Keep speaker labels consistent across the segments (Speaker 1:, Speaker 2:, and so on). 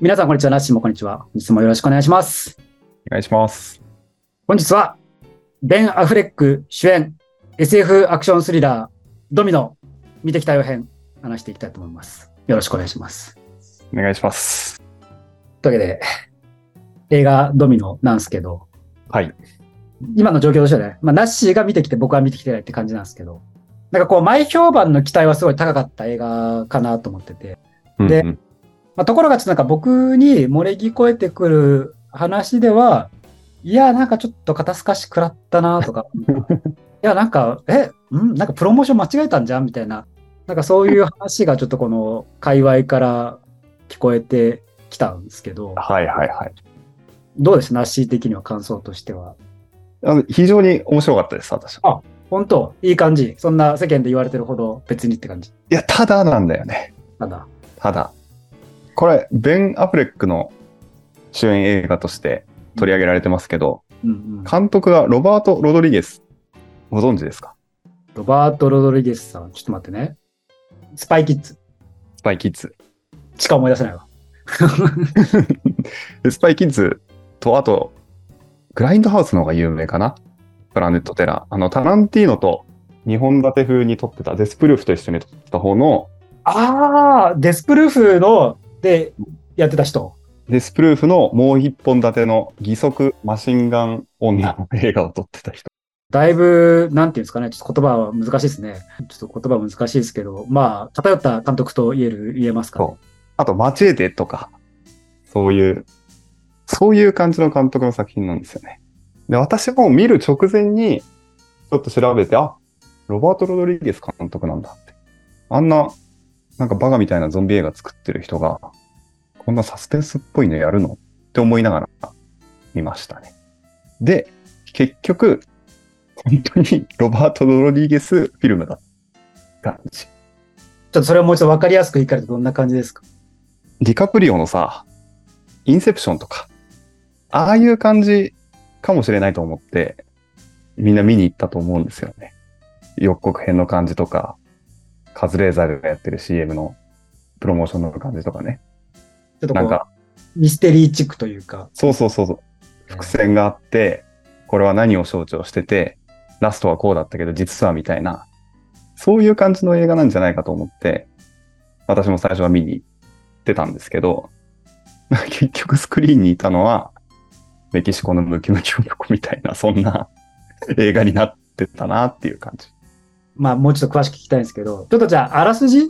Speaker 1: 皆さん、こんにちは。なっしーもこんにちは。本日もよろしくお願いします。
Speaker 2: お願いします。
Speaker 1: 本日は、ベン・アフレック主演 SF アクションスリラー、ドミノ、見てきたよ編、話していきたいと思います。よろしくお願いします。
Speaker 2: お願いします。
Speaker 1: というわけで、映画ドミノなんですけど、
Speaker 2: はい。
Speaker 1: 今の状況としてはね、まあ、ナッシーが見てきて僕は見てきてないって感じなんですけど、なんかこう、前評判の期待はすごい高かった映画かなと思ってて、で
Speaker 2: うんうん
Speaker 1: まあ、ところがちょっとなんか僕に漏れ聞こえてくる話では、いや、なんかちょっと肩透かし食らったな とか、いや、なんか、え、んなんかプロモーション間違えたんじゃんみたいな、なんかそういう話がちょっとこの界隈から聞こえてきたんですけど、
Speaker 2: はいはいはい
Speaker 1: どうでしたナッシー的には感想としては。
Speaker 2: あの。非常に面白かったです、私は。
Speaker 1: 本当いい感じ。そんな世間で言われてるほど別にって感じ。
Speaker 2: いや、ただなんだよね。
Speaker 1: ただ。
Speaker 2: ただ。これ、ベン・アフレックの主演映画として取り上げられてますけど、
Speaker 1: うんうん。
Speaker 2: 監督がロバート・ロドリゲス。ご存知ですか
Speaker 1: ロバート・ロドリゲスさん、ちょっと待ってね。スパイキッズ。
Speaker 2: スパイキッズ。
Speaker 1: しか思い出せないわ。
Speaker 2: でスパイキッズと、あと、グラインドハウスの方が有名かなプラネット・テラー。あの、タランティーノと日本立て風に撮ってた、デスプルーフと一緒に撮ってた方の
Speaker 1: ああ、デスプルーフの、で、やってた人。
Speaker 2: デスプルーフのもう一本立ての義足マシンガン女の映画を撮ってた人。
Speaker 1: だいぶ、なんていうんですかね、ちょっと言葉は難しいですね。ちょっと言葉難しいですけど、まあ、偏った監督と言える、言えますか、ね
Speaker 2: そ。あと、マチエテとか、そういう、そういう感じの監督の作品なんですよね。で、私も見る直前に、ちょっと調べて、あ、ロバート・ロドリゲス監督なんだって。あんな、なんかバカみたいなゾンビ映画作ってる人が、こんなサスペンスっぽいのやるのって思いながら見ましたね。で、結局、本当にロバート・ロドリゲスフィルムだった感じ。
Speaker 1: ちょっとそれをもう一度分かりやすく言い換えるとどんな感じですか
Speaker 2: ディカプリオのさ、インセプションとか、ああいう感じかもしれないと思って、みんな見に行ったと思うんですよね。予告編の感じとか、カズレーザーがやってる CM のプロモーションの感じとかね。
Speaker 1: ちょっとこ
Speaker 2: なん
Speaker 1: う、
Speaker 2: か、
Speaker 1: ミステリーチックというか。
Speaker 2: そうそうそうそう、伏線があって、これは何を象徴してて、ラストはこうだったけど、実はみたいな、そういう感じの映画なんじゃないかと思って、私も最初は見に行ってたんですけど、 結局スクリーンにいたのは、メキシコのムキムキ男みたいな、そんな映画になってたなっていう感じ。
Speaker 1: まあ、もうちょっと詳しく聞きたいんですけど、ちょっとじゃあ、あらすじ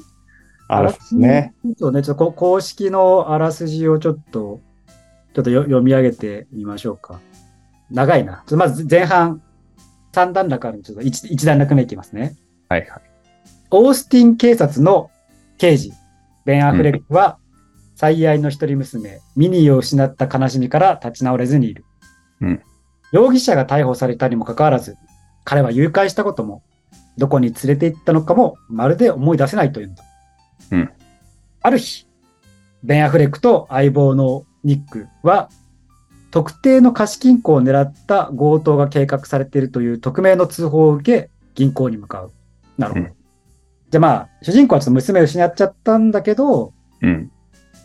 Speaker 2: あらすね。。
Speaker 1: そうね、ちょっとこ公式のあらすじをちょっと、ちょっとよ読み上げてみましょうか。長いな。ちょっとまず前半、三段落あるんで、ちょっと一一段落目いきますね。
Speaker 2: はいはい。
Speaker 1: オースティン警察の刑事、ベン・アフレックは、最愛の一人娘、ミニーを失った悲しみから立ち直れずにいる。
Speaker 2: うん
Speaker 1: 容疑者が逮捕されたにもかかわらず、彼は誘拐したことも、どこに連れて行ったのかも、まるで思い出せないというのだ。
Speaker 2: うん
Speaker 1: ある日、ベン・アフレックと相棒のニックは、特定の貸金庫を狙った強盗が計画されているという匿名の通報を受け、銀行に向かう。なるほど。
Speaker 2: うん
Speaker 1: じゃあまあ、主人公はちょっと娘を失っちゃったんだけど、
Speaker 2: うん。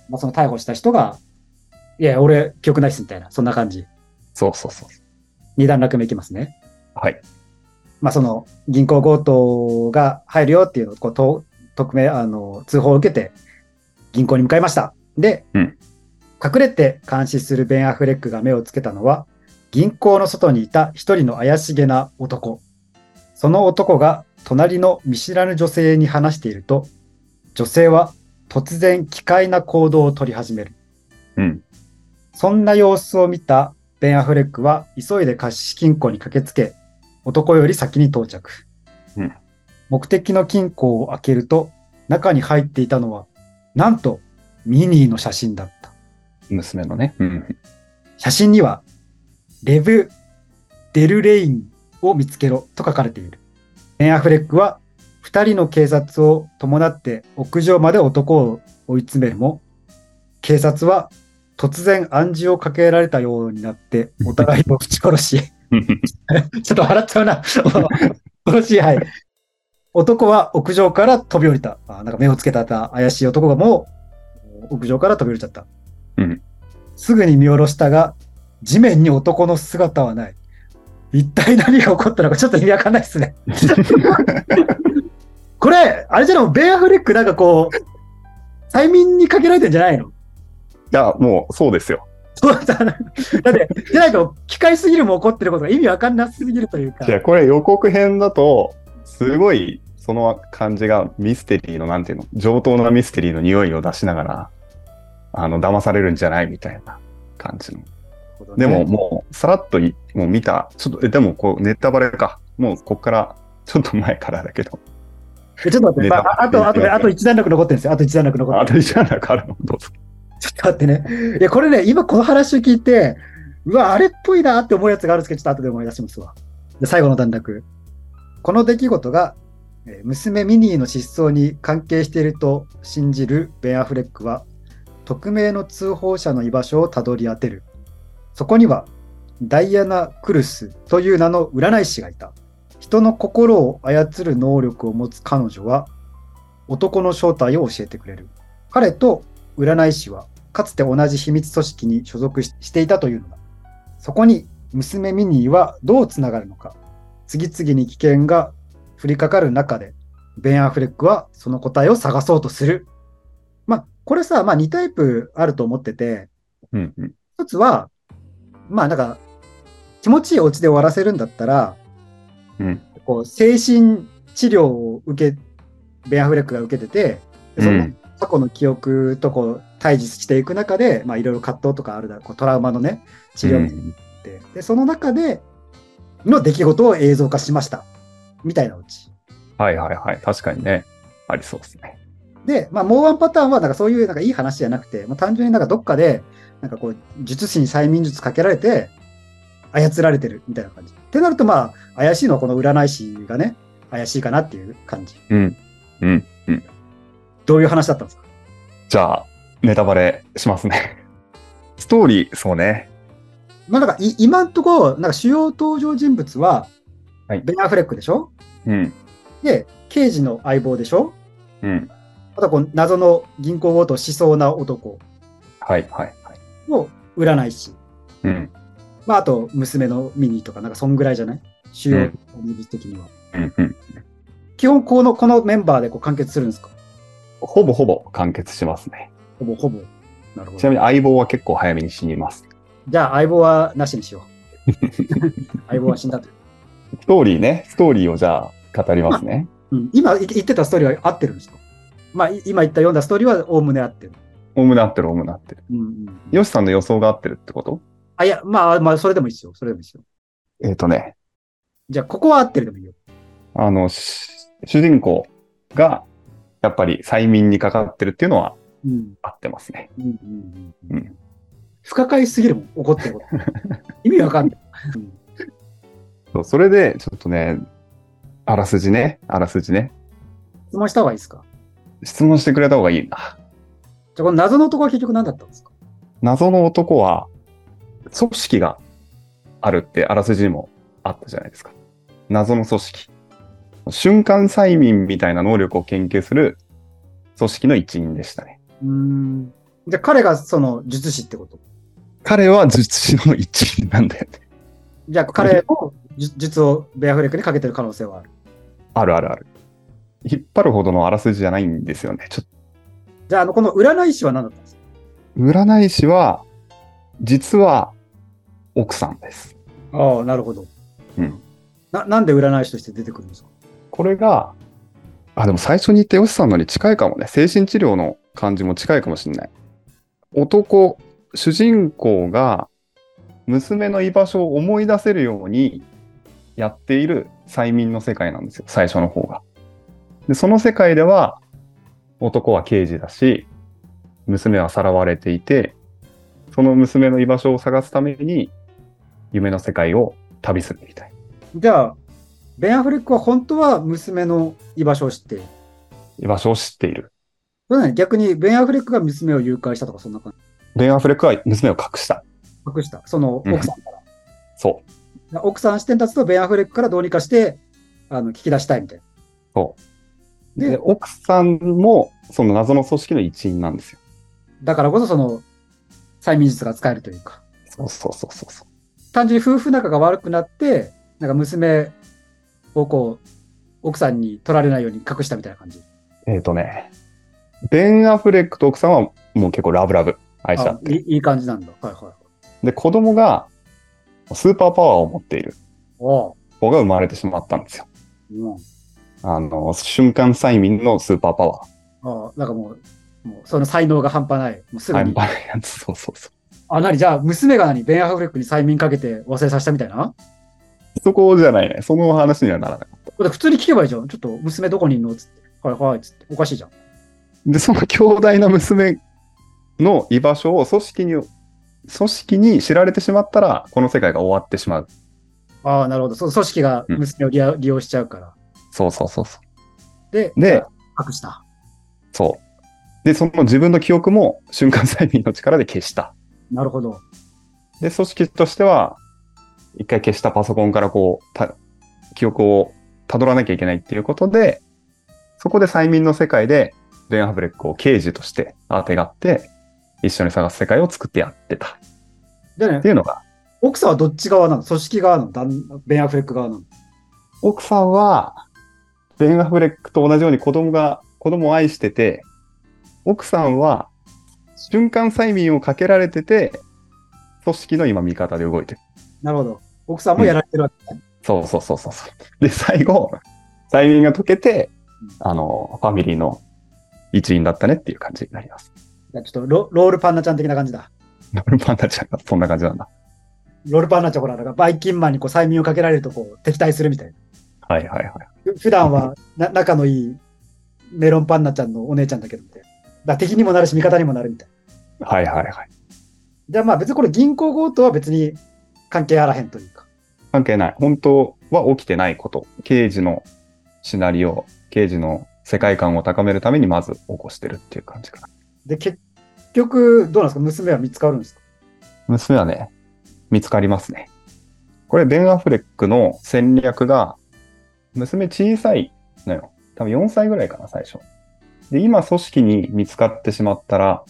Speaker 1: まあ、その逮捕した人が、いや、俺、記憶ないっすみたいな、そんな感じ。
Speaker 2: そうそうそう。
Speaker 1: 二段落目いきますね。
Speaker 2: はい。
Speaker 1: まあ、その、銀行強盗が入るよっていうのを、こうと、匿名、あの、通報を受けて、銀行に向かいました。で、
Speaker 2: うん
Speaker 1: 隠れて監視するベン・アフレックが目をつけたのは、銀行の外にいた一人の怪しげな男。その男が隣の見知らぬ女性に話していると、女性は突然奇怪な行動を取り始める。
Speaker 2: うん。
Speaker 1: そんな様子を見たベン・アフレックは急いで貸し金庫に駆けつけ、男より先に到着。
Speaker 2: うん
Speaker 1: 目的の金庫を開けると、中に入っていたのは、なんとミニーの写真だった。
Speaker 2: 娘のね。うん。
Speaker 1: 写真には、レブ・デルレインを見つけろと書かれている。ベン・アフレックは2人の警察を伴って屋上まで男を追い詰めるも、警察は突然暗示をかけられたようになって、お互いを撃ち殺し、ちょっと笑っちゃうな。 殺し、はい。男は屋上から飛び降りた。あなんか目をつけた怪しい男がもう屋上から飛び降りちゃった。
Speaker 2: う
Speaker 1: すぐに見下ろしたが、地面に男の姿はない。一体何が起こったのかちょっと意味わかんないです ね。これ、あれじゃないベン・アフレックなんかこう、催眠にかけられてんじゃないの
Speaker 2: や、もうそうですよ。
Speaker 1: そうだな。だって、じゃないと、機械すぎるも起こってることが意味わかんなすぎるというか
Speaker 2: い。や、これ予告編だと、すごい、その感じがミステリーの、なんていうの、上等なミステリーの匂いを出しながら、あの、騙されるんじゃないみたいな感じの。でも、もう、さらっとい、もう見た、ちょっと、え、でも、こう、ネタバレか。もう、こっから、ちょっと前からだけど、
Speaker 1: え、ちょっと待って、
Speaker 2: ネ
Speaker 1: ま
Speaker 2: タ
Speaker 1: あ、あと、あとね、あと一段落残ってるんですよ。あと一段落残
Speaker 2: あ
Speaker 1: って
Speaker 2: と
Speaker 1: る。
Speaker 2: 一覧なんかあるのどうぞ。
Speaker 1: ちょっと待ってね。いや、これね、今この話を聞いて、うわ、あれっぽいなって思うやつがあるんですけど、ちょっと後で思い出しますわ。で最後の段落。この出来事が、えー娘ミニーの失踪に関係していると信じるベン・アフレックは、匿名の通報者の居場所をたどり当てる。そこには、ダイアナ・クルスという名の占い師がいた。人の心を操る能力を持つ彼女は、男の正体を教えてくれる。彼と占い師はかつて同じ秘密組織に所属ししていたというのだ。そこに娘ミニーはどうつながるのか。次々に危険が降りかかる中で、ベン・アフレックはその答えを探そうとする。まあ、これさ、まあ2タイプあると思ってて、
Speaker 2: うんうん。
Speaker 1: 一つは、まあなんか、気持ちいいお家で終わらせるんだったら、
Speaker 2: うん
Speaker 1: こう精神治療を受け、ベン・アフレックが受けてて、でそこ
Speaker 2: うん
Speaker 1: 過去の記憶とこう対峙していく中で、まあ、いろいろ葛藤とかあるだろうこうトラウマのね治療に
Speaker 2: うん
Speaker 1: あって、でその中での出来事を映像化しましたみたいなうち
Speaker 2: はいはいはい。確かにね。ありそうですね。
Speaker 1: で、まあ、もうワンパターンはなんかそういうなんかいい話じゃなくて、まあ、単純になんかどっかでなんかこう術師に催眠術かけられて操られてるみたいな感じってなるとまあ怪しいのはこの占い師がね怪しいかなっていう感じ
Speaker 2: うん。うん。
Speaker 1: どういう話だったんですか
Speaker 2: じゃあ、ネタバレしますね。ストーリー、そうね。
Speaker 1: まあなんかい今んとこなんか主要登場人物は、
Speaker 2: はい
Speaker 1: ベン・アフレックでしょ
Speaker 2: うん。
Speaker 1: で、刑事の相棒でしょ
Speaker 2: うん。
Speaker 1: あとこう謎の銀行強盗しそうな男
Speaker 2: はいはいはい。
Speaker 1: を占い師。
Speaker 2: うん。
Speaker 1: まあ、あと、娘のミニとか、なんかそんぐらいじゃない主要人物的には。
Speaker 2: うんうん。
Speaker 1: 基本この、このメンバーでこう完結するんですか
Speaker 2: ほぼほぼ完結しますね。
Speaker 1: ほぼほぼ。なるほ
Speaker 2: ち
Speaker 1: ど。
Speaker 2: なみに相棒は結構早めに死にます。
Speaker 1: じゃあ、相棒はなしにしよ う。相棒は死んだと。
Speaker 2: ストーリーね。ストーリーをじゃあ語りますね。
Speaker 1: うん、今い言ってたストーリーは合ってるんですかまあ、い今言った読んだストーリーはおおむね合ってる。
Speaker 2: おおむなってるおおむなってる。
Speaker 1: うんうん、
Speaker 2: ヨシさんの予想が合ってるってこと
Speaker 1: あ、いや、まあ、まあ、それでもいいですよ。それでもいいですよ。
Speaker 2: えっ、とね、
Speaker 1: じゃあ、ここは合ってるでもいいよ。
Speaker 2: あの、し主人公がやっぱり催眠にかかってるっていうのは
Speaker 1: うん。
Speaker 2: 合ってますね。
Speaker 1: うんうんうんう
Speaker 2: うんん
Speaker 1: 不可解すぎるも ん、怒ってること。意味わかんない。うん
Speaker 2: そうそれで、ちょっとね、あらすじね、あらすじね、
Speaker 1: 質問した方がいいですか
Speaker 2: 質問してくれた方がいいな。
Speaker 1: じゃあこの謎の男は結局何だったんですか
Speaker 2: 謎の男は組織があるってあらすじにもあったじゃないですか。謎の組織。瞬間催眠みたいな能力を研究する組織の一員でしたね。
Speaker 1: うーん。じゃあ彼がその術師ってこと
Speaker 2: 彼は術師の一員なんだよね。
Speaker 1: じゃあ彼も術術をベアフレックにかけてる可能性はある。
Speaker 2: あるあるある。引っ張るほどのあらすじじゃないんですよね。ちょっ
Speaker 1: じゃああのこの占い師は何だったんですか
Speaker 2: と占い師は、実は奥さんです。
Speaker 1: ああ、なるほど。
Speaker 2: うん。
Speaker 1: ななんで占い師として出てくるんですか
Speaker 2: これが、あ、でも最初に言ったヨシさんのに近いかもね。精神治療の感じも近いかもしれない。男、主人公が娘の居場所を思い出せるようにやっている催眠の世界なんですよ。最初の方が。で、その世界では男は刑事だし、娘はさらわれていて、その娘の居場所を探すために夢の世界を旅するみたい。
Speaker 1: じゃあ、ベン・アフレックは本当は娘の居場所を知っている。
Speaker 2: 居場所を知っている。
Speaker 1: それなのに逆にベン・アフレックが娘を誘拐したとかそんな感じ。
Speaker 2: ベン・アフレックは娘を隠した。
Speaker 1: 隠した。その奥さんから。
Speaker 2: そう。
Speaker 1: 奥さん視点立つとベン・アフレックからどうにかしてあの聞き出したいみたいな。
Speaker 2: そう。
Speaker 1: で
Speaker 2: で、奥さんも、その謎の組織の一員なんですよ。
Speaker 1: だからこそその催眠術が使えるというか。
Speaker 2: そうそうそうそうそう。
Speaker 1: 単純に夫婦仲が悪くなって、なんか娘をこう、奥さんに取られないように隠したみたいな感じ。
Speaker 2: えっ、とね、ベン・アフレックと奥さんはもう結構ラブラブ愛し合
Speaker 1: あ
Speaker 2: って
Speaker 1: い
Speaker 2: る。
Speaker 1: いいい感じなんだ。はいはいはい。
Speaker 2: で、子供がスーパーパワーを持っている
Speaker 1: おう
Speaker 2: 子が生まれてしまったんですよ。
Speaker 1: うん、
Speaker 2: あの、瞬間催眠のスーパーパワ
Speaker 1: ああなんかもう、もうその才能が半端ない。もうす
Speaker 2: ー。
Speaker 1: ぐ
Speaker 2: 半
Speaker 1: に。
Speaker 2: 端ないやつ。 そうそうそう。
Speaker 1: あ、なにじゃあ、娘が何ベン・アフレックに催眠かけて忘れさせたみたいな
Speaker 2: そこじゃないね。その話にはならない。
Speaker 1: これ普通に聞けばいいじゃん。ちょっと娘どこにいんのっつって。はいはいっつって。おかしいじゃん。
Speaker 2: で、その強大な娘の居場所を組織に、組織に知られてしまったら、この世界が終わってしまう。
Speaker 1: ああ、なるほど。そう組織が娘を利,、利用しちゃうから。
Speaker 2: そうそうそうそ
Speaker 1: で、
Speaker 2: う。で、
Speaker 1: 隠した。
Speaker 2: そう。で、その自分の記憶も瞬間催眠の力で消した。
Speaker 1: なるほど。
Speaker 2: で、組織としては、一回消したパソコンからこう、た記憶をたどらなきゃいけないっていうことで、そこで催眠の世界で、ベン・ハブレックを刑事としてあてがって、一緒に探す世界を作ってやってたっ
Speaker 1: でね
Speaker 2: て、いうのが、
Speaker 1: 奥さんはどっち側なの組織側なのだんベン・アフレック側なの
Speaker 2: 奥さんは、ベン・アフレックと同じように子供が、子供を愛してて、奥さんは、瞬間催眠をかけられてて、組織の今味方で動いてる。
Speaker 1: なるほど。奥さんもやられてるわけね。
Speaker 2: そうそうそうそうそう。で、最後、催眠が解けて
Speaker 1: うん、
Speaker 2: あの、ファミリーの一員だったねっていう感じになります。
Speaker 1: じゃあちょっとロロールパンナちゃん的な感じだ。
Speaker 2: ロールパンダちゃんがそんな感じなんだ。
Speaker 1: ロールパンナちゃんほら、なんかバイキンマンにこう催眠をかけられるとこう敵対するみたいな。
Speaker 2: はいはいはい。
Speaker 1: ふ普段はな仲のいいメロンパンナちゃんのお姉ちゃんだけどみたいな。だから敵にもなるし味方にもなるみたいな。
Speaker 2: はいはいはい。
Speaker 1: じゃあまあ別にこれ銀行強盗は別に関係あらへんというか。
Speaker 2: 関係ない。本当は起きてないこと。刑事のシナリオ、刑事の世界観を高めるためにまず起こしてるっていう感じかな。
Speaker 1: で、結局、どうなんですか娘は見つかるんですか
Speaker 2: 娘はね、見つかりますね。これ、ベン・アフレックの戦略が、娘小さいのよ。多分4歳ぐらいかな、最初。で、今、組織に見つかってしまったら、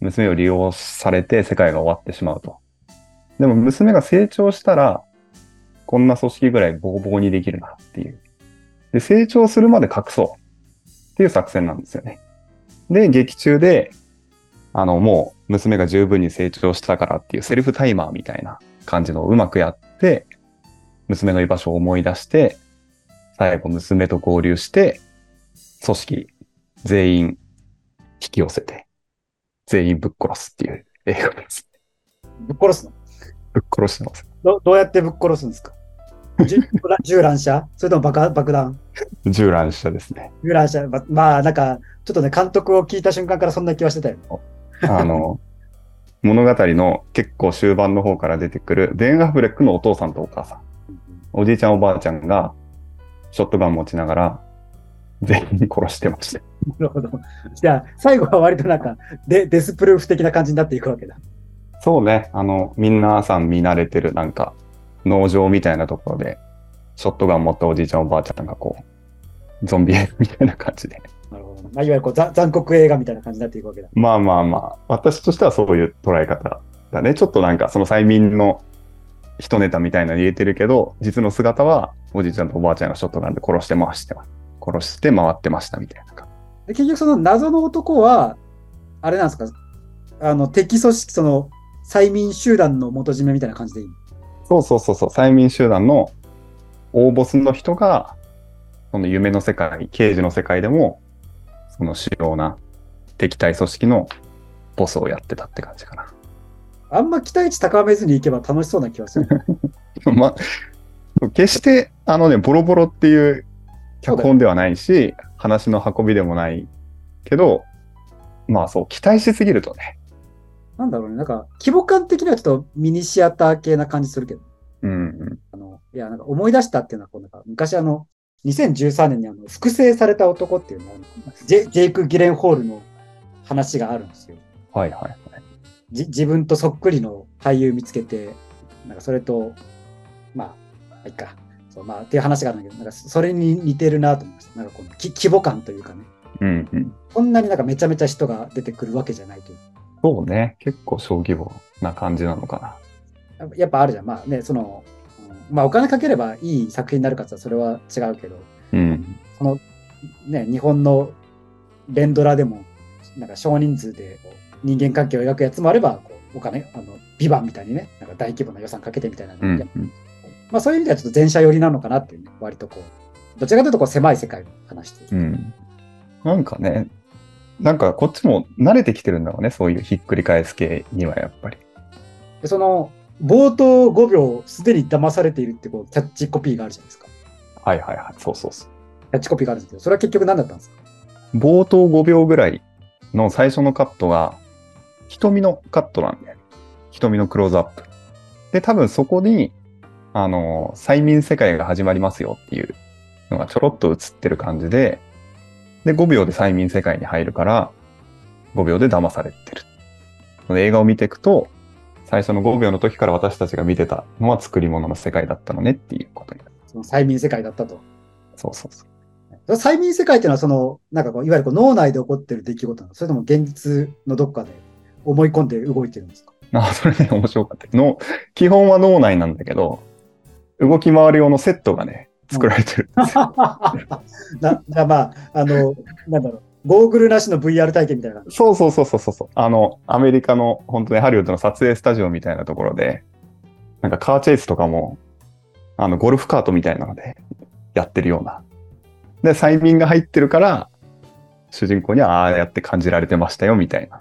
Speaker 2: 娘を利用されて世界が終わってしまうと。でも、娘が成長したら、こんな組織ぐらいボコボコにできるなっていう。で、成長するまで隠そうっていう作戦なんですよね。で、劇中で、あの、もう娘が十分に成長したからっていうセルフタイマーみたいな感じのをうまくやって、娘の居場所を思い出して、最後娘と合流して、組織全員引き寄せて、全員ぶっ殺すっていう映画です。
Speaker 1: ぶっ殺すの
Speaker 2: ぶっ殺してます。
Speaker 1: どどうやってぶっ殺すんです か銃銃乱射それとも爆爆弾
Speaker 2: 銃乱射ですね。
Speaker 1: 銃乱射ままあなんか、ちょっとね、監督を聞いた瞬間からそんな気はしてたよ ね。
Speaker 2: あの、物語の結構終盤の方から出てくる、ベン・アフレックのお父さんとお母さん。おじいちゃんおばあちゃんが、ショットガン持ちながら、全員殺してました。
Speaker 1: なるほど。じゃあ、最後は割となんかデ、デスプルーフ的な感じになっていくわけだ。
Speaker 2: そうね、あの、みんなさん見慣れてる、なんか、農場みたいなところで、ショットガン持ったおじいちゃんおばあちゃんがこう、ゾンビみたいな感じで。
Speaker 1: なるほど。まあ、いわゆるこうざ残酷映画みたいな感じになっていくわけだ。
Speaker 2: まあまあまあ、私としてはそういう捉え方だね。ちょっとなんか、その催眠の一ネタみたいなの入れてるけど、実の姿は、おじいちゃんとおばあちゃんがショットガンで殺して回してます。殺して回ってましたみたいな感
Speaker 1: で
Speaker 2: じ。
Speaker 1: 結局、その謎の男は、あれなんですかあの、敵組織、その、催眠集団の元締めみたいな感じでいいの
Speaker 2: そうそうそうそう、催眠集団の大ボスの人が、その夢の世界、刑事の世界でも、その主要な敵対組織のボスをやってたって感じかな。
Speaker 1: あんま期待値高めずにいけば楽しそうな気がする。
Speaker 2: まあ、決して、あのね、ボロボロっていう脚本ではないし、話の運びでもないけど、まあそう、期待しすぎるとね、
Speaker 1: なんだろうね、なんか、規模感的にはちょっとミニシアター系な感じするけど、
Speaker 2: うんうん、
Speaker 1: あの、いや、なんか思い出したっていうのは、こうなんか昔あの、2013年にあの、複製された男っていうのがあるのジェジェイク・ギレンホールの話があるんですよ。
Speaker 2: はいはいはい。
Speaker 1: じ自分とそっくりの俳優見つけて、なんかそれと、まあ、まあいいか。そう、まあ、っていう話があるんだけど、なんかそれに似てるなと思いました。なんかこのき規模感というかね、
Speaker 2: うんうん。
Speaker 1: こんなになんかめちゃめちゃ人が出てくるわけじゃないという。
Speaker 2: そうね。結構小規模な感じなのか
Speaker 1: や
Speaker 2: な。
Speaker 1: っぱやっぱあるじゃん。まあね、その、うんまあお金かければいい作品になるかって言ったらそれは違うけど、
Speaker 2: うん。
Speaker 1: その、ね、日本の連ドラでも、なんか少人数でこう人間関係を描くやつもあれば、こうお金、あの、ビバンみたいにね、なんか大規模な予算かけてみたいなの
Speaker 2: う
Speaker 1: やっ
Speaker 2: ん。うん
Speaker 1: まあそういう意味ではちょっと前者寄りなのかなっていうね、割とこう、どちらかというとこう狭い世界を話している。
Speaker 2: うん。なんかね、なんかこっちも慣れてきてるんだろうね。そういうひっくり返す系にはやっぱり。
Speaker 1: でその、冒頭5秒すでに騙されているってこうキャッチコピーがあるじゃないですか。キ
Speaker 2: はいはいはい。そうそうそう。
Speaker 1: ャッチコピーがあるんですけど、それは結局何だったんですか
Speaker 2: 冒頭5秒ぐらいの最初のカットが、瞳のカットなんだよね。瞳のクローズアップ。で、多分そこに、あの、催眠世界が始まりますよっていうのがちょろっと映ってる感じで、で、5秒で催眠世界に入るから、5秒で騙されてる。その映画を見ていくと、最初の5秒の時から私たちが見てたのは作り物の世界だったのねっていうことになる。
Speaker 1: その催眠世界だったと。
Speaker 2: そうそうそう。
Speaker 1: その催眠世界っていうのは、その、なんかこう、いわゆるこう脳内で起こってる出来事なのそれとも現実のどっかで思い込んで動いてるんですか
Speaker 2: あ、それね、面白かった。の、基本は脳内なんだけど、動き回る用のセットがね、作られてる。
Speaker 1: ななまあ、あの、なんだろう、ゴーグルなしの VR 体験みたいな感じ。
Speaker 2: そうそうそうそうそうそう。あの、アメリカの、本当にハリウッドの撮影スタジオみたいなところで、なんかカーチェイスとかも、あの、ゴルフカートみたいなので、やってるような。で、催眠が入ってるから、主人公にはああやって感じられてましたよ、みたいな。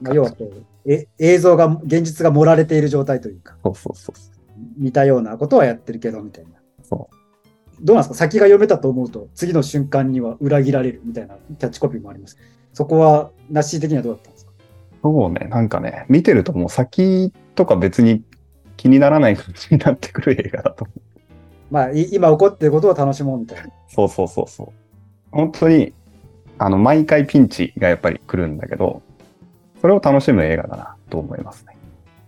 Speaker 1: まあ、要はこうえ、映像が、現実が盛られている状態というか、
Speaker 2: そうそうそうそう。
Speaker 1: 似たようなことはやってるけど、みたいな。
Speaker 2: そう
Speaker 1: どうなんですか先が読めたと思うと、次の瞬間には裏切られるみたいなキャッチコピーもあります。そこは、ナッシー的にはどうだったんですか
Speaker 2: そうね、なんかね、見てるともう先とか別に気にならない感じになってくる映画だと
Speaker 1: まあ、い今起こっていることを楽しもうみたいな。
Speaker 2: そうそうそうそう。本当に、あの、毎回ピンチがやっぱり来るんだけど、それを楽しむ映画だなと思いますね。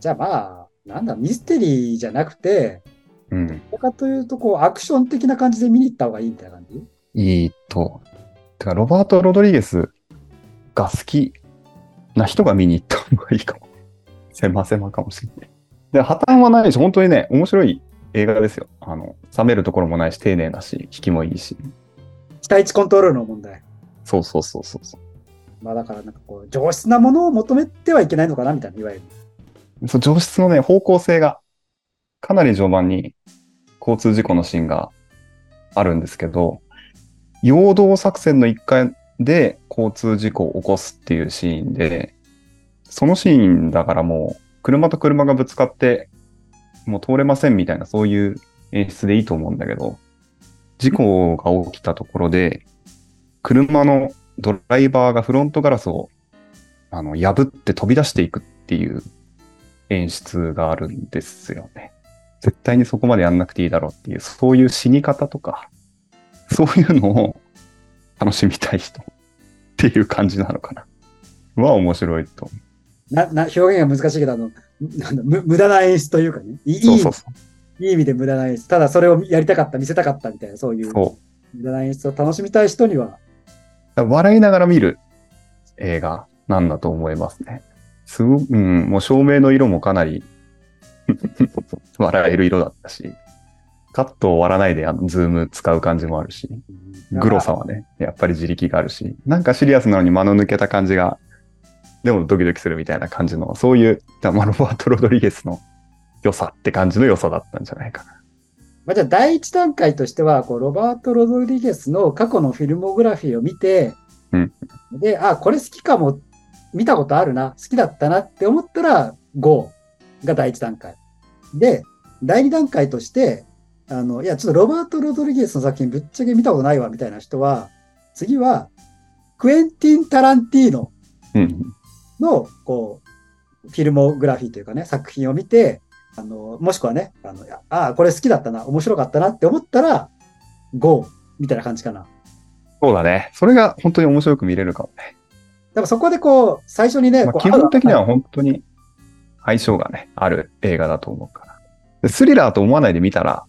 Speaker 1: じゃあまあ、なんだ、ミステリーじゃなくて、
Speaker 2: うん。
Speaker 1: どっちかというと、こう、アクション的な感じで見に行った方がいいみたいな感じ
Speaker 2: いいと。てか、ロバート・ロドリゲスが好きな人が見に行った方がいいかも。狭狭かもしれない。で、破綻はないし、本当にね、面白い映画ですよ。あの、冷めるところもないし、丁寧だし、引きもいいし。
Speaker 1: 期待値コントロールの問題。
Speaker 2: そうそうそうそうそう。
Speaker 1: まあだからなんかこう、上質なものを求めてはいけないのかなみたいな、いわゆる。
Speaker 2: そう上質のね、方向性が、かなり序盤に交通事故のシーンがあるんですけど、陽動作戦の一環で交通事故を起こすっていうシーンで、そのシーンだからもう、車と車がぶつかって、もう通れませんみたいな、そういう演出でいいと思うんだけど、事故が起きたところで、車のドライバーがフロントガラスをあの破って飛び出していくっていう演出があるんですよね。絶対にそこまでやんなくていいだろうっていう、そういう死に方とか、そういうのを楽しみたい人っていう感じなのかな。は面白いと思。
Speaker 1: な、な、表現が難しいけど、あの、あのむ無駄な演出というかね。いいいう
Speaker 2: そうそうそ。
Speaker 1: いい意味で無駄な演出。ただそれをやりたかった、見せたかったみたいな、そういうう
Speaker 2: そう
Speaker 1: 無駄な演出を楽しみたい人には、
Speaker 2: だから笑いながら見る映画なんだと思いますね。すごうん、もう照明の色もかなり笑える色だったし、カットを割らないであのズーム使う感じもあるし。グロさはね、やっぱり自力があるし、なんかシリアスなのに間の抜けた感じが、でもドキドキするみたいな感じの、そういう、だまあロバート・ロドリゲスの良さって感じの良さだったんじゃないかな。
Speaker 1: まあ、じゃあ第一段階としてはこうロバート・ロドリゲスの過去のフィルモグラフィーを見て、
Speaker 2: うん
Speaker 1: であこれ好きかも見たことあるな好きだったなって思ったら GO が第一段階で第二段階としてあのいやちょっとロバート・ロドリゲスの作品ぶっちゃけ見たことないわみたいな人は次はクエンティン・タランティーノ
Speaker 2: うん。
Speaker 1: のこうフィルモグラフィーというかね作品を見てあのもしくはねあのいやああこれ好きだったな面白かったなって思ったら GO みたいな感じかな
Speaker 2: そうだね。それが本当に面白く見れるかもね。
Speaker 1: でもそこでこう最初にね、
Speaker 2: まあ
Speaker 1: こう
Speaker 2: 基本的に
Speaker 1: 合
Speaker 2: は
Speaker 1: う
Speaker 2: 本当に相性がね、ある映画だと思うから。でスリラーと思わないで見たら、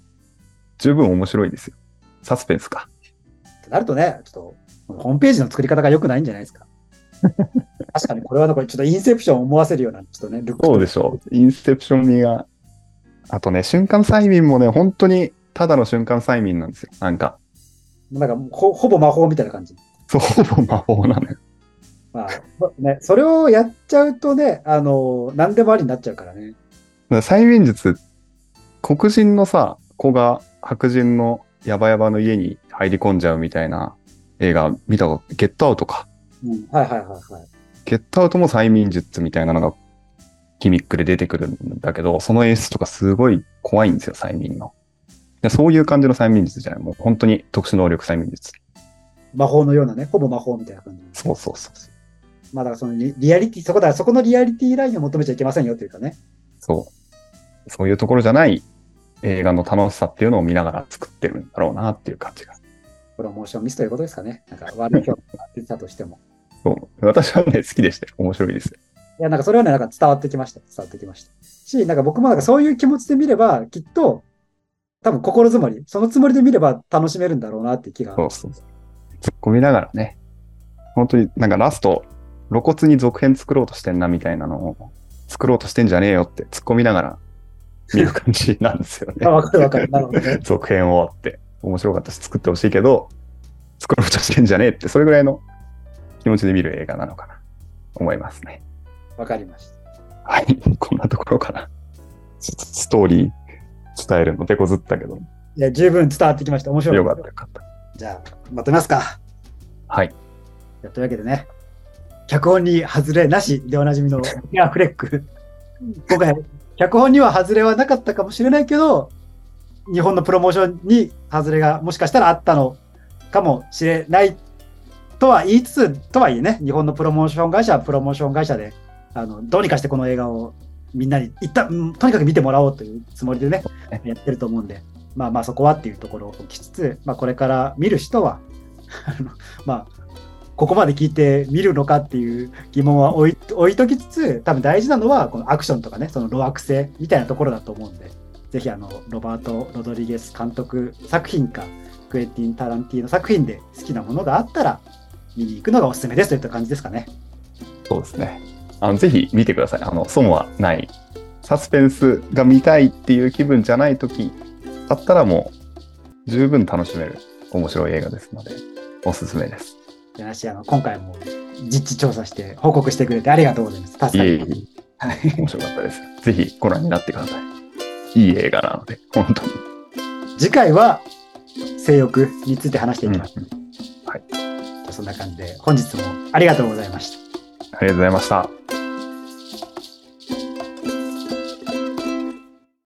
Speaker 2: 十分面白いですよ。サスペンスか。
Speaker 1: ってなるとねちょっとホームページの作り方が良くないんじゃないですか確かにこれはなんかちょっとインセプションを思わせるような、ちょっとね、ルック
Speaker 2: そうでしょう。インセプション味が。あとね、瞬間催眠もね、本当にただの瞬間催眠なんですよ。なんか、
Speaker 1: なんかもうほほぼ魔法みたいな感じ。
Speaker 2: そう、ほぼ魔法なのよ。
Speaker 1: まあ、ね、それをやっちゃうとね、あのー何でもありになっちゃうからね。
Speaker 2: だから催眠術、黒人のさ、子が白人のヤバヤバの家に入り込んじゃうみたいな映画見たこと、ゲットアウトか。
Speaker 1: うん、はいはいはいはい。
Speaker 2: ゲットアウトも催眠術みたいなのがギミックで出てくるんだけど、その演出とかすごい怖いんですよ、催眠の。でそういう感じの催眠術じゃない。もう本当に特殊能力催眠術。
Speaker 1: 魔法のようなね、ほぼ魔法みたいな感じ。
Speaker 2: そうそうそうそう。
Speaker 1: まあだからそのリリアリティ、そこだ、そこのリアリティラインを求めちゃいけませんよというかね。
Speaker 2: そう。そういうところじゃない映画の楽しさっていうのを見ながら作ってるんだろうなっていう感じが。
Speaker 1: プロモーションミスということですかね。なんか悪い評価が出てたとしても。
Speaker 2: そう私はね、好きでしたよ。面白いですよ。
Speaker 1: いや、なんかそれはね、なんか伝わってきました。伝わってきました。し、なんか僕もなんかそういう気持ちで見れば、きっと、多分心づもり、そのつもりで見れば楽しめるんだろうなって気が。
Speaker 2: そうそうそう。突っ込みながらね、本当になんかラスト、露骨に続編作ろうとしてんなみたいなのを、作ろうとしてんじゃねえよって突っ込みながら見る感じなんですよね
Speaker 1: あ、。わかるわかる。なるほどね。
Speaker 2: 続編をって、面白かったし作ってほしいけど、作ろうとしてんじゃねえって、それぐらいの気持ちで見る映画なのかな、思いますね。
Speaker 1: わかりました。
Speaker 2: はい、 こんなところかな。ちょっとストーリー伝えるの手こずったけど、
Speaker 1: いや、十分伝わってきました。面白い。
Speaker 2: よかったよかった。
Speaker 1: じゃあ、まとめますか。
Speaker 2: はい、
Speaker 1: いやというわけでね、脚本に外れなしでおなじみのベンアフレック。今回、脚本には外れはなかったかもしれないけど、日本のプロモーションに外れがもしかしたらあったのかもしれないとは言いつつ、とはいえね、日本のプロモーション会社はプロモーション会社で、あのどうにかしてこの映画をみんなに一旦、うんとにかく見てもらおうというつもりでね
Speaker 2: ね、
Speaker 1: やってると思うんで、まあまあそこはっていうところをきつつ、まあこれから見る人は、 あのまあここまで聞いて見るのかっていう疑問は置い置いときつつ、多分大事なのは、このアクションとかね、その露悪性みたいなところだと思うんで、ぜひあの、ロバート・ロドリゲス監督作品か、クエンティン・タランティーノ作品で好きなものがあったら、見に行くのがおすすめですといった感じですかね。
Speaker 2: そうですね。あのぜひ見てください。あの損はない。サスペンスが見たいっていう気分じゃない時だったらもう十分楽しめる面白い映画ですので、おすすめです。
Speaker 1: でなし、あの、今回も実地調査して報告してくれてありがとうございます。助か
Speaker 2: いえい
Speaker 1: りま
Speaker 2: え、
Speaker 1: はい
Speaker 2: 面白かったです。ぜひご覧になってください。いい映画なので、本当に。
Speaker 1: す次回は、性欲について話していきます。
Speaker 2: うん
Speaker 1: そんな感じで、本日もありがとうございました。
Speaker 2: ありがとうございました。